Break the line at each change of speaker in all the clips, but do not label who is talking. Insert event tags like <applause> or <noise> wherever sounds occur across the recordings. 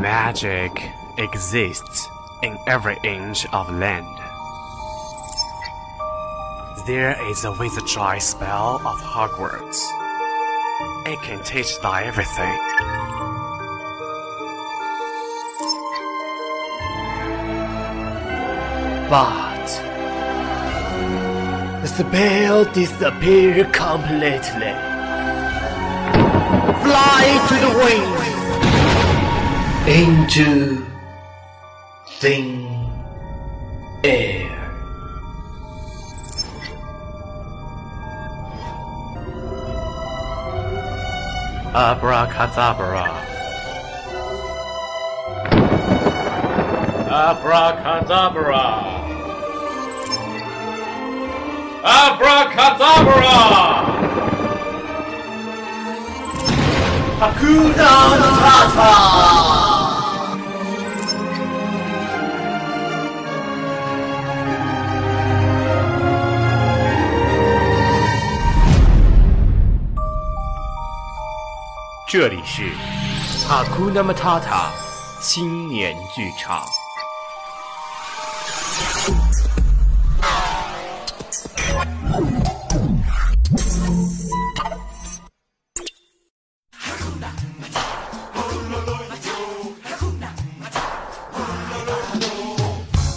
Magic exists in every inch of land. There is a wizardry spell of Hogwarts. It can teach thy everything. But the spell disappeared completely. Fly to the wings!
into thin air.
Abracadabra.
Abracadabra! Abracadabra!
Hakuna Matata 青年剧场。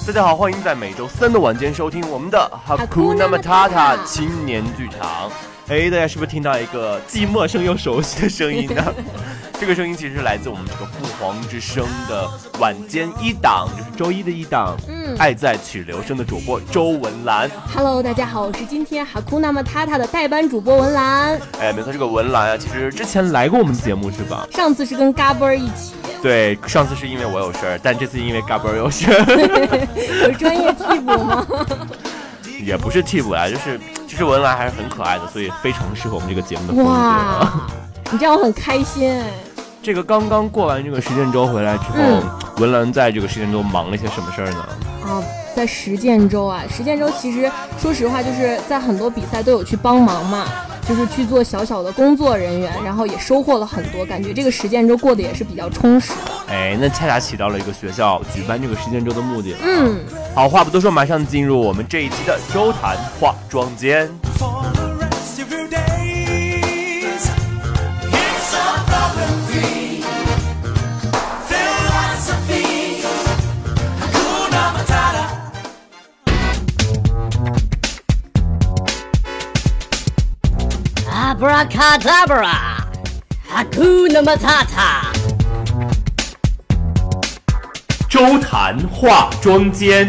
大家好，欢迎在每周三的晚间收听我们的 Hakuna
Hakuna
Matata
Matata
青年剧场。哎，大家是不是听到一个既陌生又熟悉的声音呢？这个声音其实来自我们这个《父皇之声》的晚间一档，就是周一的一档。
嗯
爱在曲流声的主播周文澜，
Hello，大家好，我是今天哈库那么塔塔的代班主播文兰。
哎，没错，这个文澜啊，其实之前来过我们节目是吧？
上次是跟嘎嘣儿一起，
对，上次是因为我有事儿，但这次因为嘎嘣儿有事儿， <laughs>
有专业替补吗？
也不是替补啊，就是其实文澜还是很可爱的，所以非常适合我们这个节目的风格啊。
哇，你这样我很开心哎。
这个刚刚过完这个实践周回来之后，
嗯
文澜在这个实践周忙了一些什么事儿呢？
啊，在实践周啊，实践周其实说实话，就是在很多比赛都有去帮忙嘛，就是去做小小的工作人员，然后也收获了很多，感觉这个实践周过得也是比较充实的。
哎，那恰恰起到了一个学校举办这个实践周的目的了。啊
嗯，
好，话不多说，马上进入我们这一期的周谈化妆间。
for the rest of your days. It's a problem-free philosophy. Hakuna Matata.
阿布拉卡扎布拉，哈库那么塔塔。
周谈化妆间。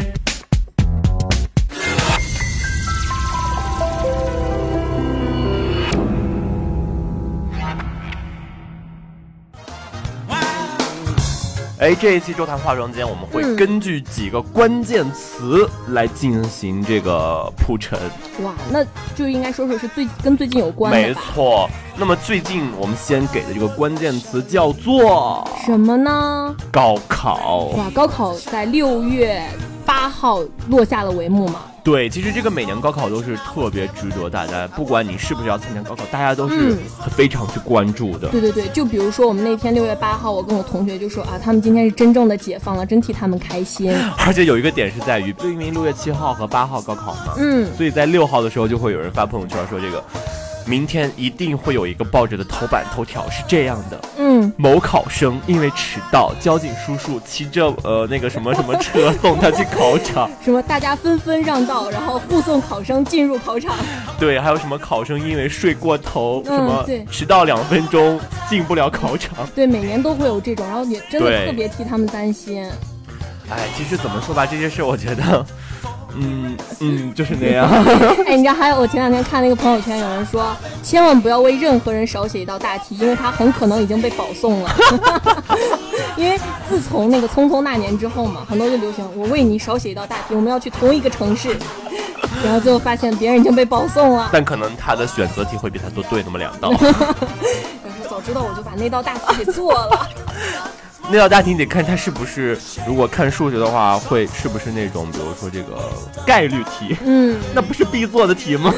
哎，这一期周谈化妆间，我们会
嗯
根据几个关键词来进行这个铺陈。
哇，那就应该说说是最跟最近有关
没
的吧？
错，那么最近我们先给的这个关键词叫做
什么呢？
高考。
哇，高考在六月八号落下了帷幕嘛？
对，其实这个每年高考都是特别值得大家，不管你是不是要参加高考，大家都是
嗯
很非常去关注的。
对对对，就比如说我们那天六月八号，我跟我同学就说啊，他们今天是真正的解放了，真替他们开心。
而且有一个点是在于，就因为六月七号和八号高考嘛，
嗯，
所以在六号的时候就会有人发朋友圈说这个。明天一定会有一个报纸的头版头条是这样的：
嗯，
某考生因为迟到，交警叔叔骑着呃那个什么什么
<laughs>
车送他去考场。
什么大家纷纷让道，然后护送考生进入考场。
对，还有什么考生因为睡过头，
嗯
什么
对
迟到两分钟进不了考场。
对，每年都会有这种，然后也真的
对
特别替他们担心。
哎，其实怎么说吧，这些事我觉得，嗯嗯，就是那样。
<laughs> 哎，你知道还有我前两天看那个朋友圈，有人说千万不要为任何人少写一道大题，因为他很可能已经被保送了。 <laughs> 因为自从那个《匆匆那年》之后嘛，很多就流行我为你少写一道大题，我们要去同一个城市， <laughs> 然后最后发现别人已经被保送了。
<laughs> 但可能他的选择题会比他多对那么两道。 <laughs>
我说早知道我就把那道大题给做了。 <laughs>
那道大题得看他是不是，如果看数学的话，会是不是那种，比如说这个概率题， <laughs>
嗯，
那不是必做的题吗？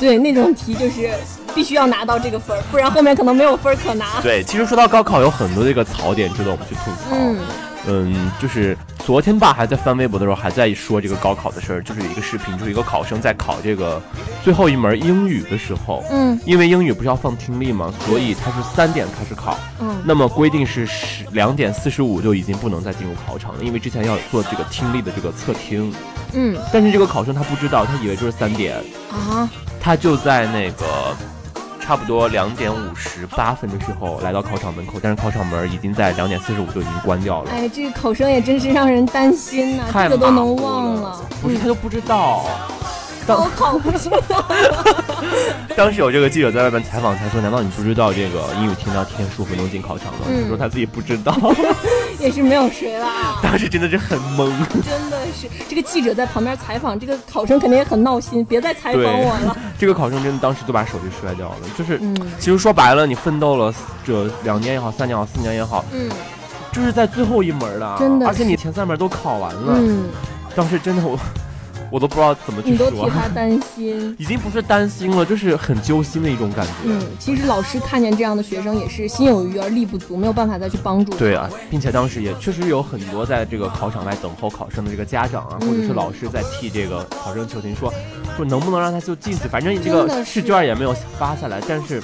对，那种题就是必须要拿到这个分儿，不然后面可能没有分儿可拿。
对，其实说到高考，有很多这个槽点值得我们去吐槽。
嗯
嗯，就是昨天吧，还在翻微博的时候，还在说这个高考的事儿，就是有一个视频，就是一个考生在考这个最后一门英语的时候，
嗯
因为英语不是要放听力吗？所以他是三点开始考，
嗯
那么规定是十两点四十五就已经不能再进入考场了，因为之前要做这个听力的这个测听，
嗯
但是这个考生他不知道，他以为就是三点，
啊，
他就在那个差不多两点五十八分的时候来到考场门口，但是考场门已经在两点四十五就已经关掉了。
哎，这个考生也真是让人担心呐、
太
这个都
马
能
虎
忘
了
了。， <laughs>
不是他都不知道。当
高考不知道，
当时有这个记者在外面采访，他说：“难道你不知道这个英语听到天数不能进考场吗？”
嗯
他说他自己不知
<laughs>
道，
也是没有谁
<laughs>
了啊。
当时真的是很懵。
真的是，这个记者在旁边采访，这个考生肯定也很闹心，别再采访
对
我了。，
这个考生真的当时就把手机摔掉了。就是，
嗯
其实说白了，你奋斗了这两年也好，三年也好，四年也好，
嗯
就是在最后一门了，
真的
而且你前三门都考完了，
嗯，
当时真的我， <laughs> 我都不知道怎么去
你都替
说，啊
他担心。
已经不是担心了，就是很揪心的一种感觉。
嗯，其实老师看见这样的学生也是心有余而力不足，没有办法再去帮助。，
对啊，并且当时也确实有很多在这个考场外等候考生的这个家长啊，
嗯
或者是老师在替这个考生求情说，说能不能让他就进去，反正你这
真的
个
是
试卷也没有发下来，但是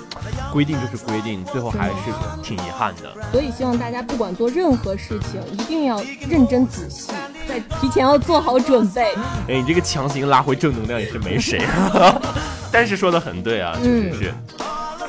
规定就是规定，最后还是挺遗憾的。
所以希望大家不管做任何事情，一定要认真仔细，在提前要做好准备。
哎，你这个强行拉回正能量也是没谁，啊 <laughs> 但是说的很对啊，确实是。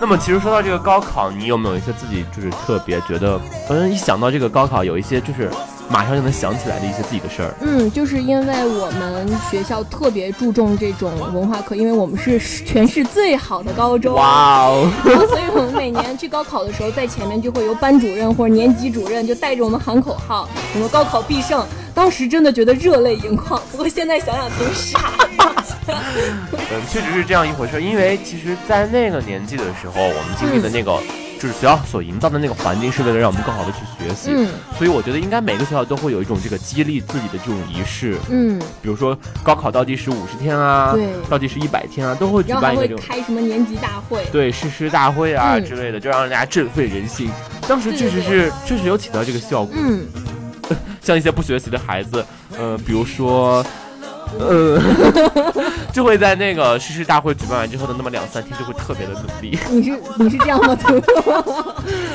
那么其实说到这个高考，你有没有一些自己就是特别觉得，嗯，一想到这个高考，有一些就是马上就能想起来的一些自己的事儿？
嗯，就是因为我们学校特别注重这种文化课，因为我们是全市最好的高中。啊
哇哦， <laughs>
然后所以我们每年去高考的时候，在前面就会由班主任或者年级主任就带着我们喊口号，我们高考必胜。当时真的觉得热泪盈眶，不过现在想想挺傻的。
嗯，确实是这样一回事。因为其实，在那个年纪的时候，我们经历的那个、就是学校所营造的那个环境，是为了让我们更好的去学习。
嗯
所以我觉得应该每个学校都会有一种这个激励自己的这种仪式。
嗯，
比如说高考倒计时五十天啊，
对
倒计时一百天啊，都会举
然后
办
还
一个
会
这种
开什么年级大会。
对誓师大会啊
嗯
之类的，就让大家振奋人心。当时确实
对
是确实有起到这个效果，
嗯，
像一些不学习的孩子，呃，比如说。呃， <laughs> 就会在那个誓师大会举办完之后的那么两三天，就会特别的努力。
你是你是这样吗？ <laughs> 图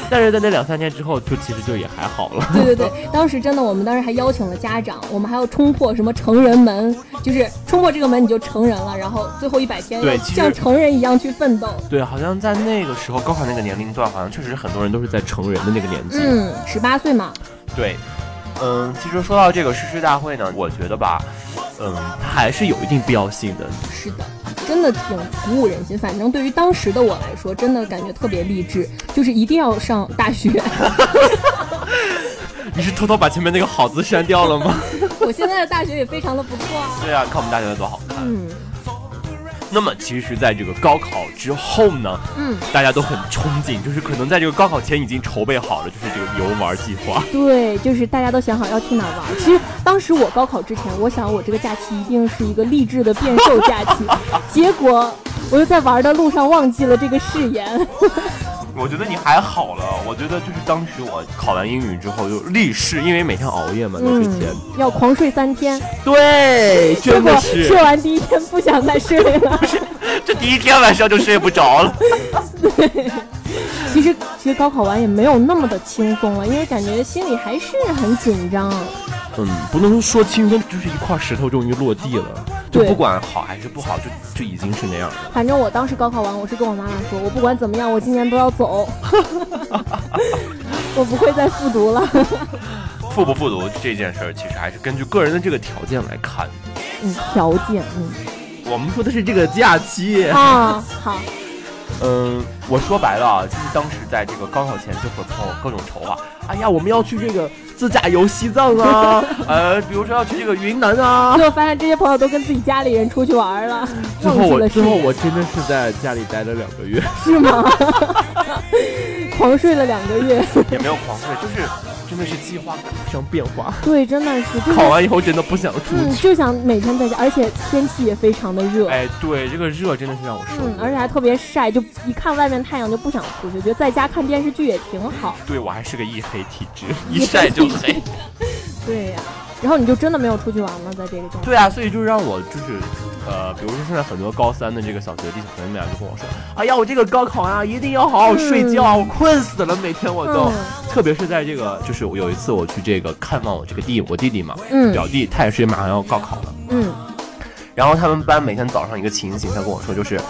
但是在那两三天之后，就其实就也还好了。
对对对，
<laughs>
当时真的，我们当时还邀请了家长，我们还要冲破什么成人门，就是冲破这个门你就成人了，然后最后一百天
对
要
其实
像成人一样去奋斗。
对，好像在那个时候，高考那个年龄段，好像确实很多人都是在成人的那个年纪。
嗯，十八岁嘛，
对，嗯，其实说到这个诗诗大会呢，我觉得吧，嗯，它还是有一定必要性的。
是的，真的挺鼓舞人心。反正对于当时的我来说，真的感觉特别励志，就是一定要上大学。 <laughs>
你是偷偷把前面那个好字删掉了吗？ <laughs>
我现在的大学也非常的不错啊。
对啊，看我们大学多好看。
嗯
那么其实，在这个高考之后呢，
嗯，
大家都很憧憬，就是可能在这个高考前已经筹备好了，就是这个游玩计划。
<laughs> 对，就是大家都想好要去哪儿玩。其实当时我高考之前，我想我这个假期一定是一个励志的变瘦假期，结果我又在玩的路上忘记了这个誓言。
<laughs> 我觉得你还好了，我觉得就是当时我考完英语之后就立誓，因为每天熬夜嘛，在之前，
要狂睡三天，
对，
结
真
果
的
睡
是，
完第一天不想再睡
<laughs>
了。
这第一天晚上就睡不着了。
其实其实高考完也没有那么的轻松了，因为感觉心里还是很紧张。啊
嗯，不能说轻松，就是一块石头终于落地了，就
对
不管好还是不好，就就已经是那样了。
反正我当时高考完，我是跟我妈妈说，我不管怎么样，我今年都要 <laughs> 走，我不会再复读了。
复不复读这件事儿，其实还是根据个人的这个条件来看。
嗯，条件，
我们说的是这个假期
嗯， <laughs> 啊，好，
嗯， <laughs> 我说白了啊，就是当时在这个高考前就会碰各种筹划。哎呀，我们要去这个自驾游西藏
<laughs>
啊，呃，比如说要去这个云南啊。
结果发现这些朋友都跟自己家里人出去玩 <laughs> 了，
最
忘
后
记
我
了
最后
是
我真的是在家里待了两个月，
<laughs> 是吗？狂睡了两个月，
也没有狂睡，就是真的是计划赶不上变化。
<laughs> 对，真的是就是
考完以后真的不想出
嗯，
去。
就想每天在家，而且天气也非常的热，
<laughs>
<laughs>
哎，对，这个热真的是让我受
嗯，
不
而且
了。
还特别晒，就一看外面太阳就不想出去，觉得在家看电视剧也挺好。
对我还是个易黑体
<laughs>
质，一晒就黑。
对呀、然后你就真的没有出去玩吗？在这个状态，
对啊，所以就让我就是，呃，比如说现在很多高三的这个小学弟、小学妹啊，就跟我说，哎呀，我这个高考啊，一定要好好
嗯
睡觉啊，我困死了，每天我都，特别是在这个，就是我有一次我去这个看望我这个弟，我弟弟嘛，
嗯
表弟，他也是马上要高考了，
嗯
然后他们班每天早上一个情形，他跟我说就是，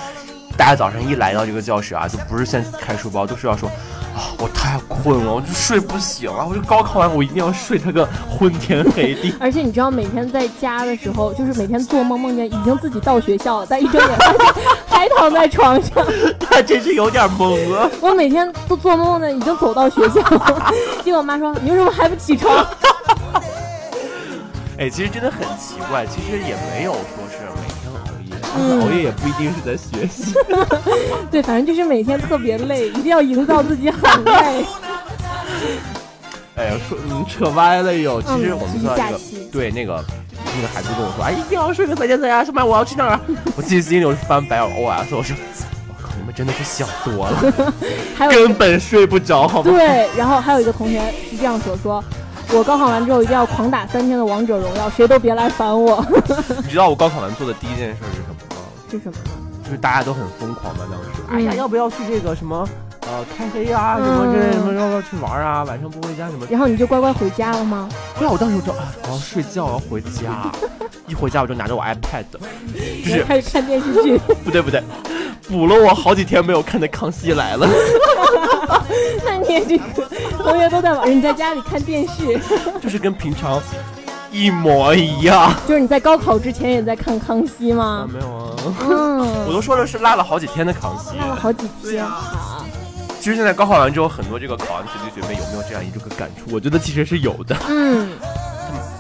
大家早上一来到这个教室啊，就不是先开书包，都是要说。啊，我太困了，我就睡不醒了。我就高考完，我一定要睡他个昏天黑地。 <laughs>
而且你知道每天在家的时候，就是每天做梦梦见已经自己到学校了，但一睁眼发现还躺在床上。
他真是有点懵啊。
我每天都做梦梦见已经走到学校
<laughs>
了， <laughs> 结果我妈说你为什么还不起床？
哎，其实真的很奇怪，其实也没有说是每天熬夜，<laughs>
嗯
熬夜也不一定是在学习。
对，反正就是每天特别累，一定要营造自己很累。
哎呀，说嗯扯歪了哟。其实
嗯
我们说到这
假
个
期，
对那个那个孩子跟我说，哎，一定要睡个三天三夜啊，什么我要去那儿啊。 <laughs> 我自己心里我是翻白眼 OS，我说。我靠，你们真的是想多了，
还有
根本睡不着，好吗？
对，然后还有一个同学是这样说：说我高考完之后一定要狂打三天的王者荣耀，谁都别来烦我。 <laughs>
你知道我高考完做的第一件事是什么吗？
是什么？
就是大家都很疯狂嘛，当时，
嗯
哎呀，要不要去这个什么，呃，开黑啊，什么这
嗯
什么，要不要去玩啊，晚上不回家什么
然后你就乖乖回家了吗？
后来我当时我说啊，我要睡觉，我要回家。一回家我就拿着我 iPad，就
然后
是
<laughs> 开始看电视剧。
不对不对，补了我好几天没有看的《康熙来了》。 <laughs>
那你也这个同学都在玩，你在家里看电视， <laughs>
就是跟平常一模一样。
就是你在高考之前也在看《康熙》
啊，
吗？
没有啊，我
嗯，
都说了是落了好几天的《康熙
看》。了好几啊天。好，
其实现在高考完之后，很多这个考完学弟学妹有没有这样一个感触？我觉得其实是有的，
嗯，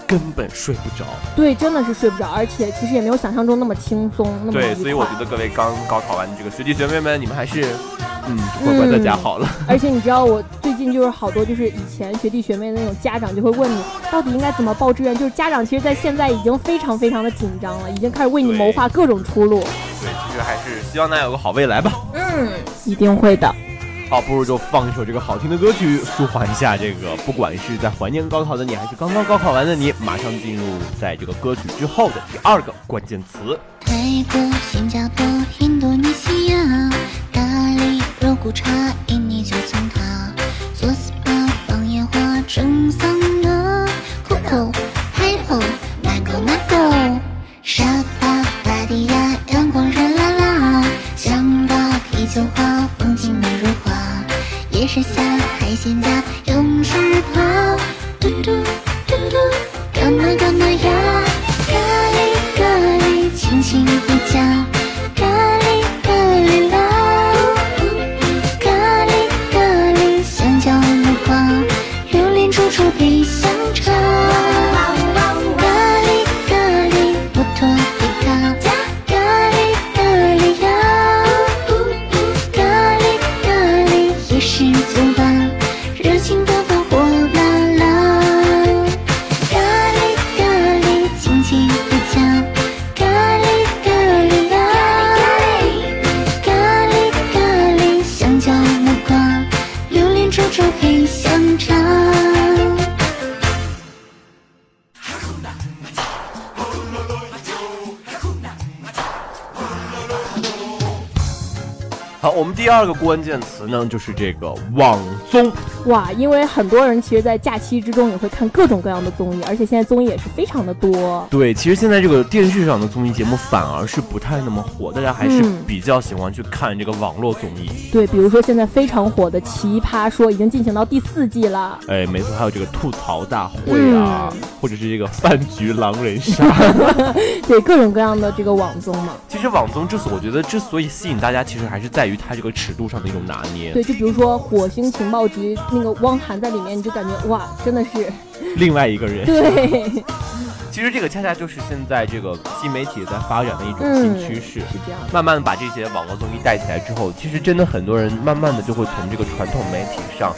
根本睡不着。
对，真的是睡不着，而且其实也没有想象中那么轻松，那么
对，
愉
所以我
快
觉得各位刚高考完的这个学弟学妹们，你们还是嗯乖乖在家好了。
而且你知道，我最近就是好多就是以前学弟学妹那种家长就会问你，到底应该怎么报志愿？就是家长其实，在现在已经非常非常的紧张了，已经开始为你谋划各种出路。
对，其实还是希望大家有个好未来吧。
一定会的。
好，不如就放一首这个好听的歌曲，舒缓一下这个，不管是在怀念高考的你，还是刚刚高考完的你，马上进入在这个歌曲之后的第二个关键词。
泰国、新加坡、印度尼西亚，咖喱、肉骨茶、印尼九层塔，做 SPA、放烟花、蒸桑拿，Coco、Hypo、Nago Nago，沙巴、芭提雅、阳光热辣辣，香巴、啤酒花、风景美如画，夜市下、海鲜家、泳池旁，嘟嘟嘟嘟，干嘛干嘛呀？咖喱咖喱，轻轻一嚼，咖喱咖喱啦，咖喱咖喱，香蕉木瓜，榴莲处处配香肠，咖喱咖喱，摩托皮卡，咖喱咖喱呀，咖喱咖喱，夜市酒吧，热情奔放火辣辣。咖喱咖喱，轻轻一嚼，咖喱咖喱啦，咖喱咖喱，香蕉木瓜，榴莲处处配香肠。
好，我们第二个关键词呢，就是这个网综。
哇，因为很多人其实，在假期之中也会看各种各样的综艺，而且现在综艺也是非常的多。
对，其实现在这个电视上的综艺节目反而是不太那么火，大家还是
嗯
比较喜欢去看这个网络综艺。
对，比如说现在非常火的《奇葩说》已经进行到第四季了。
哎，没错，还有这个吐槽大会啊，或者是这个饭局狼人杀。 <laughs>
对，各种各样的这个网综嘛。
其实网综之所以我觉得之所以吸引大家，其实还是在于它这个尺度上的一种拿捏。
对，就比如说《火星情报局》那个汪涵在里面，你就感觉哇，真的
<laughs>
是
另外一个人，
对，
其实这个恰恰就是现在这个新媒体在发展的一种新
嗯，
趋势。
是这样的。
慢慢地把这些网络综艺带起来之后，其实真的很多人慢慢的就会从这个传统媒体上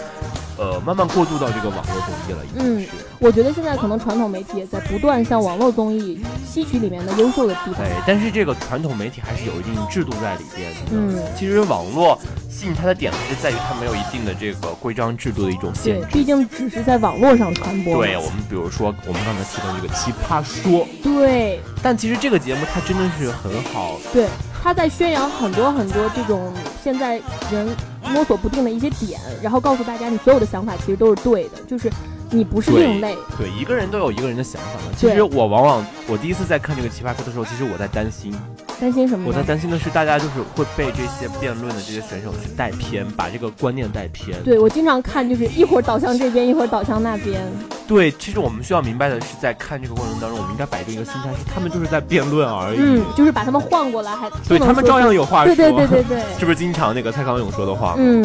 呃慢慢过渡到这个网络综艺了，已经
嗯
是。
我觉得现在可能传统媒体也在不断向网络综艺吸取里面的优秀的地方
对。，哎但是这个传统媒体还是有一定制度在里边的。
嗯
其实网络吸引它的点还是在于它没有一定的这个规章制度的一种限
对
制，。
毕竟只是在网络上传播嘛。
对我们，比如说我们刚才提到这个《奇葩说》，
对
但其实这个节目它真的是很好，
对，他在宣扬很多很多这种现在人摸索不定的一些点，然后告诉大家你所有的想法其实都是对的，就是你不是另类。
对一个人都有一个人的想法嘛。其实
对
我往往我第一次在看这个《奇葩说》的时候，其实我在担心，
担心什么
我在
呢？
担心的是大家就是会被这些辩论的这些选手去带偏，把这个观念带偏。
对我经常看，就是一会儿倒向这边，一会儿倒向那边。
对，其实我们需要明白的是，在看这个过程当中，我们应该摆正一个心态，是他们就是在辩论而已。
嗯，就是把他们换过来，还
对他们照样。有话
对
说，
对对
<laughs>
对对。
是不是经常那个蔡康永说的话？
嗯，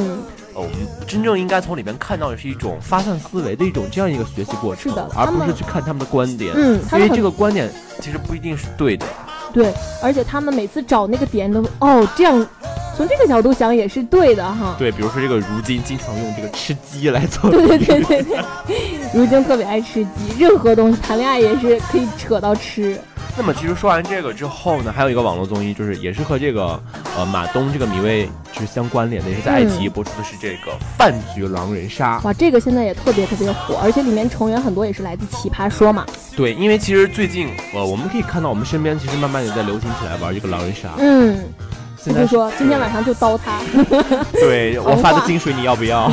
呃，我们真正应该从里面看到的是一种发散思维的一种这样一个学习过程，
是的
而
他
不
们
是去看他们的观点。
嗯他
因
们
为
很
这个观点其实不一定是对的。
对，而且他们每次找那个点都哦，这样从这个角度想也是对的哈。
对，比如说这个如今经常用这个吃鸡来做
<laughs> 对对对对对，如今特别爱吃鸡，任何东西谈恋爱也是可以扯到吃。
那么其实说完这个之后呢，还有一个网络综艺，就是也是和这个呃马东这个迷妹就是相关联的，也
嗯
是在爱奇艺播出的是这个《饭局狼人杀》。
哇，这个现在也特别特别火，而且里面成员很多也是来自《奇葩说》嘛。
对，因为其实最近呃我们可以看到，我们身边其实慢慢也在流行起来玩这个狼人杀。
嗯，
现
就
在
是
是
说今天晚上就刀他。
对我
文
发的
化
金水你要不
<laughs>
要？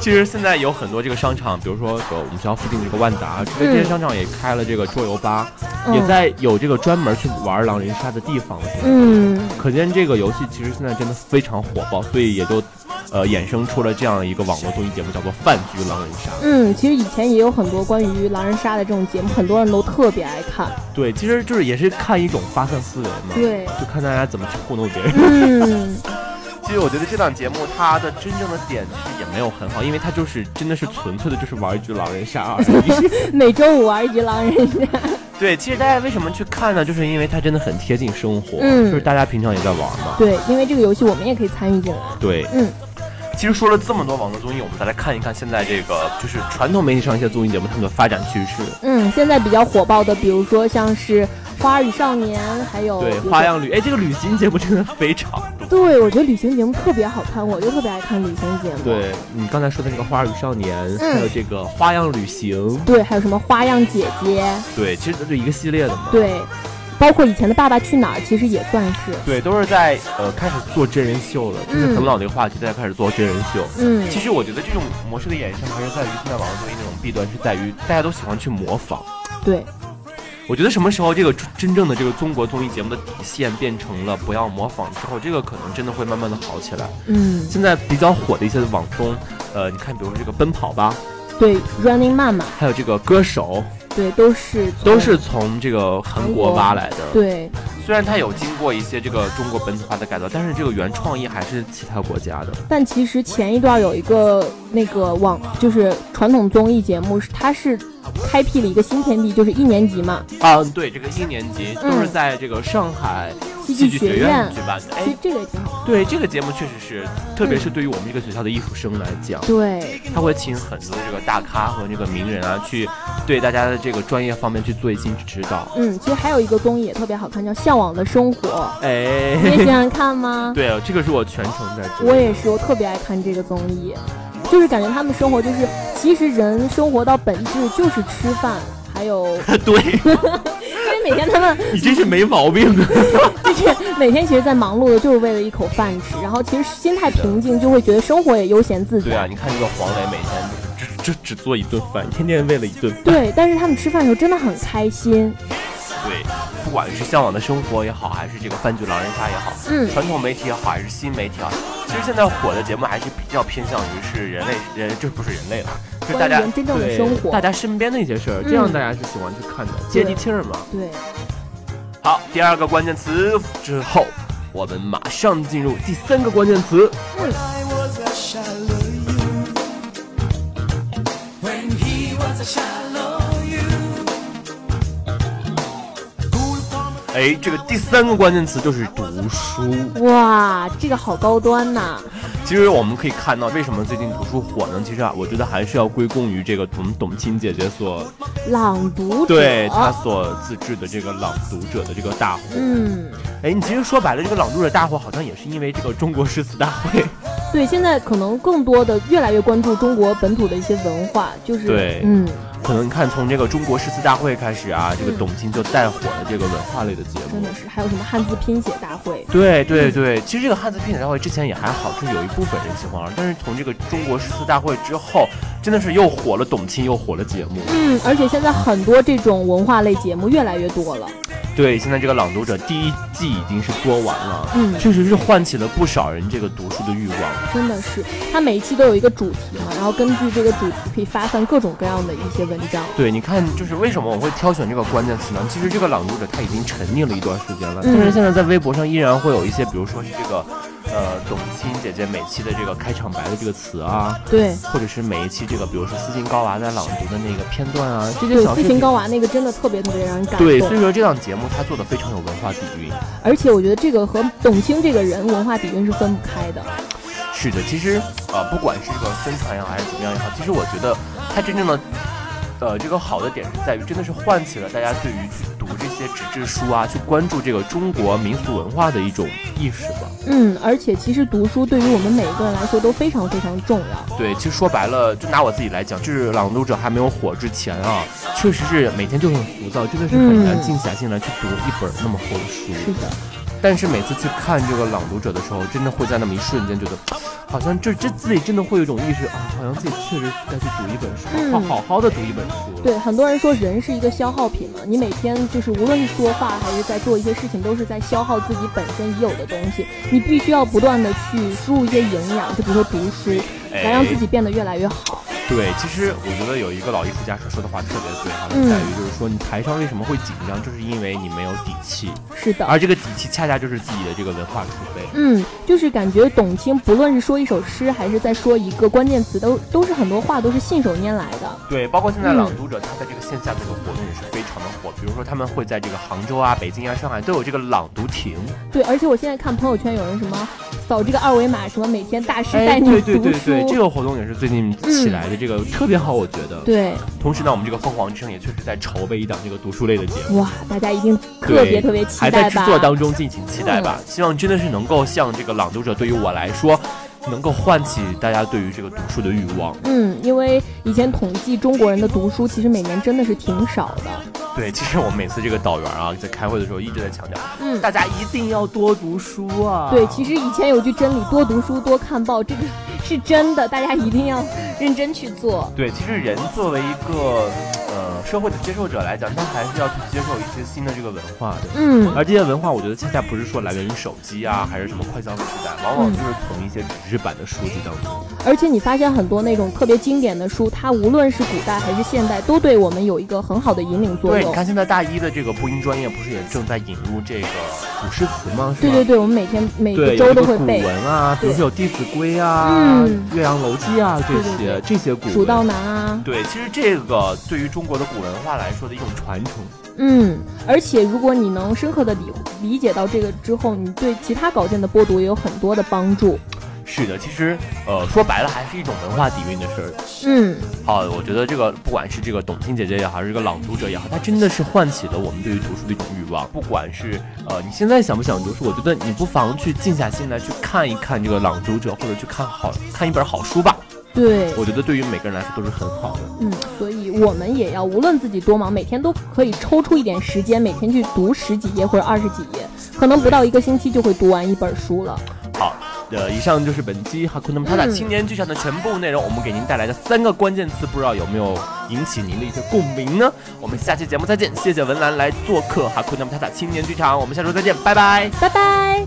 其实现在有很多这个商场，比如说呃我们学校附近这个万达，这些
嗯
商场也开了这个桌游吧，
嗯
也在有这个专门去玩狼人杀的地方了。现在
<laughs> 嗯，
可见这个游戏其实现在真的非常火爆，所以也就，呃，衍生出了这样一个网络综艺节目，叫做《饭局狼人杀》。
嗯，其实以前也有很多关于狼人杀的这种节目，很多人都特别爱看。
对，其实就是也是看一种发散思维嘛，
对
就看大家怎么去糊弄别人。
嗯，
其实我觉得这档节目它的真正的点其实也没有很好，因为它就是真的是纯粹的就是玩一局狼人杀而
<laughs>
已。
<laughs> 每周五啊玩一局狼人杀。
对，其实大家为什么去看呢？就是因为它真的很贴近生活，
嗯
就是大家平常也在玩嘛。
对，因为这个游戏我们也可以参与进来。
对，
嗯，
其实说了这么多网络综艺，我们再来看一看现在这个就是传统媒体上一些综艺节目它们的发展趋势。
嗯，现在比较火爆的，比如说像是《花儿与少年》，还有
对
比，如说
花。样旅，哎，这个旅行节目真的非常多。
对，我觉得旅行节目特别好看，我就特别爱看旅行节目。
对你刚才说的那个《花儿与少年》
嗯
还有这个《花样旅行》，
对，还有什么花样姐姐，
对，其实都是一个系列的嘛。
对，包括以前的《爸爸去哪儿》，其实也算是。
对，都是在呃开始做真人秀了，就是
嗯
很老的一个话题，大家开始做真人秀。
嗯
其实我觉得这种模式的衍生，还是在于现在网络综艺那种弊端，是在于大家都喜欢去模仿。
对，
我觉得什么时候这个真真正的这个中国综艺节目的底线变成了不要模仿之后，这个可能真的会慢慢的好起来。
嗯，
现在比较火的一些网综，呃，你看，比如说这个《奔跑吧》，
对，Running Man 嘛，
还有这个歌手，
对，都是
都
从
是从这个韩国挖来的。，
对，
虽然它有经过一些这个中国本土化的改造，但是这个原创意还是其他国家的。
但其实前一段有一个那个网，就是传统综艺节目，是它是开辟了一个新天地，就是一年级嘛，
啊，对，这个一年级都
嗯
是在这个上海
戏
戏剧
剧学
学
院
院举。办的。
其
哎
实，这个也挺好。
对，这个节目确实是，特别是对于我们这个学校的艺术生来讲，
对，
他会请很多这个大咖和这个名人啊，去对大家的这个专业方面去做一些指导。
嗯，其实还有一个综艺也特别好看，叫《向往的生活》，
哎，
你也喜欢看吗？
对啊，这个是我全程在做。
我也是，我特别爱看这个综艺，就是感觉他们生活就是，其实人生活到本质就是吃饭，还有 <laughs> 因
<laughs> 对，
为每天他们
你真是没毛病。啊
就是每天其实，在忙碌的就是为了一口饭吃，然后其实心态平静，就会觉得生活也悠闲
<laughs>
自
对
在。
啊，你看这个黄磊每天就是只只只做一顿饭，天天为了一顿饭。
对，但是他们吃饭的时候真的很开心。
对，不管是向往的生活也好，还是这个饭局狼人杀也好，
嗯
传统媒体也好，还是新媒体也好，其实现在火的节目还是比较偏向于是人类人，这不是人类了，是大家
关于人真正的
对
生活嗯
大家身边的一些事儿，这样大家是喜欢去看的，接地气儿嘛。
对，
好，第二个关键词之后，我们马上进入第三个关键词。
I was a shallow you. When he was a shallow you.
哎，这个第三个关键词就是读书。
哇，这个好高端呐、
其实我们可以看到，为什么最近读书火呢？其实啊，我觉得还是要归功于这个董董卿姐姐所
朗读者，
<laughs> 对她所自制的这个朗读者的这个大火。
嗯，
哎，你其实说白了，这个朗读者大火好像也是因为这个中国诗词大
<laughs>
会。
对，现在可能更多的越来越关注中国本土的一些文化，就是
对
嗯，
可能看从这个中国诗词大会开始啊，这个董卿就带火了这个文化类的节目
真。的是还有什么汉字拼写大会，
对对对，其实这个汉字拼写大会之前也还好，是有一部分人喜欢玩，但是从这个中国诗词大会之后，真的是又火了董卿，又火了节目。
嗯，而且现在很多这种文化类节目越来越多了，
对，现在这个朗读者第一季已经是播完了，
嗯
确实是唤起了不少人这个读书的欲望。
真的是它每一期都有一个主题嘛，然后根据这个主题可以发散各种各样的一些文章，
对，你看，就是为什么我会挑选这个关键词呢？其实这个朗读者他已经沉溺了一段时间了，
嗯
但是现在在微博上依然会有一些，比如说是这个，呃，董卿姐姐每期的这个开场白的这个词啊，
对。
或者是每一期这个，比如说斯琴高娃在朗读的那个片段啊，这些
对，
小
斯
视
琴
频。
高娃那个真的特别特别让人感动。
对，所以说这档节目它做的非常有文化底蕴。
而且我觉得这个和董卿这个人文化底蕴是分不开的。
是的，其实呃，不管是这个宣传也好，还是怎么样也好，其实我觉得它真正的呃这个好的点是在于，真的是唤起了大家对于去读这些纸质书啊，去关注这个中国民俗文化的一种意识吧。
嗯，而且其实读书对于我们每一个人来说都非常非常重要。
对，其实说白了，就拿我自己来讲，就是朗读者还没有火之前啊，确实是每天就很浮躁，真的是很难
嗯
静下心来去读一本那么厚的书。
是的，
但是每次去看这个朗读者的时候，真的会在那么一瞬间觉得，好像这这自己真的会有一种意识啊，好像自己确实该去读一本书，
嗯
好好好的读一本书了。
对，很多人说人是一个消耗品嘛，你每天就是无论是说话还是在做一些事情，都是在消耗自己本身已有的东西。你必须要不断的去输入一些营养，就比如说读
哎
书，来让自己变得越来越好。
对，其实我觉得有一个老艺术家说的话特别对哈，
嗯
在于就是说你台上为什么会紧张，就是因为你没有底气，
是的，
而这个底气恰恰就是自己的这个文化储备。
嗯，就是感觉董卿不论是说一首诗，还是在说一个关键词，都都是很多话都是信手拈来的。
对，包括现在
嗯
朗读者，他在这个线下这个活动也是非常的火。比如说，他们会在这个杭州啊、北京啊、上海都有这个朗读亭。
对，而且我现在看朋友圈有人什么扫这个二维码，什么每天大师带你
哎对对
读
对
书，嗯
对，这个活动也是最近起来的，这个特别好，我觉得。。
对
同时呢，我们这个凤凰之声也确实在筹备一档这个读书类的节目，
哇，大家一定
对
特别特别期
还在
待
制
吧？嗯
作当中，敬请期待吧。希望真的是能够像这个朗读者，对于我来说，能够唤起大家对于这个读书的欲望。
嗯，因为以前统计中国人的读书，其实每年真的是挺少的。
对，其实我们每次这个导员啊，在开会的时候一直在强调，
嗯
大家一定要多读书啊。
对，其实以前有句真理，多读书，多看报，这个是真的，大家一定要认真去做。
对，其实人作为一个呃社会的接受者来讲，他还是要去接受一些新的这个文化的。
嗯，
而这些文化，我觉得恰恰不是说来源于手机啊，还是什么快消费时代，往往就是从一些纸质版的书籍当中。
而且你发现很多那种特别经典的书，它无论是古代还是现代，都对我们有一个很好的引领作
对，你
用。
看现在大一的这个播音专业不是也正在引入这个古诗词吗？是
对
吧？
对对，我们每天每
对，
个
有
周
这
都
个
会
古
背。
文啊，比如
对
说有《弟子规》啊，
嗯
《岳阳楼记》啊这
对
些这些古
蜀道
文。
难啊，
对，其实这个对于中国的古文化来说的一种传承。
嗯，而且如果你能深刻的理理解到这个之后，你对其他稿件的播读也有很多的帮助。
是的，其实呃说白了还是一种文化底蕴的事儿。
嗯，
好，我觉得这个不管是这个董卿姐姐也好，还是这个朗读者也好，它真的是唤起了我们对于读书的一种欲望。不管是呃你现在想不想读书，我觉得你不妨去静下心来去看一看这个朗读者，或者去看好看一本好书吧。
对，
我觉得对于每个人来说都是很好的。
嗯，所以我们也要无论自己多忙，每天都可以抽出一点时间，每天去读十几页或者二十几页，可能不到一个星期就会读完一本书了。
好，呃，以上就是本期哈库那么他的
嗯
青年剧场的全部内容，我们给您带来的三个关键词，不知道有没有引起您的一些共鸣呢？我们下期节目再见，谢谢文兰来做客哈库那么他的青年剧场，我们下周再见，拜拜。
拜拜。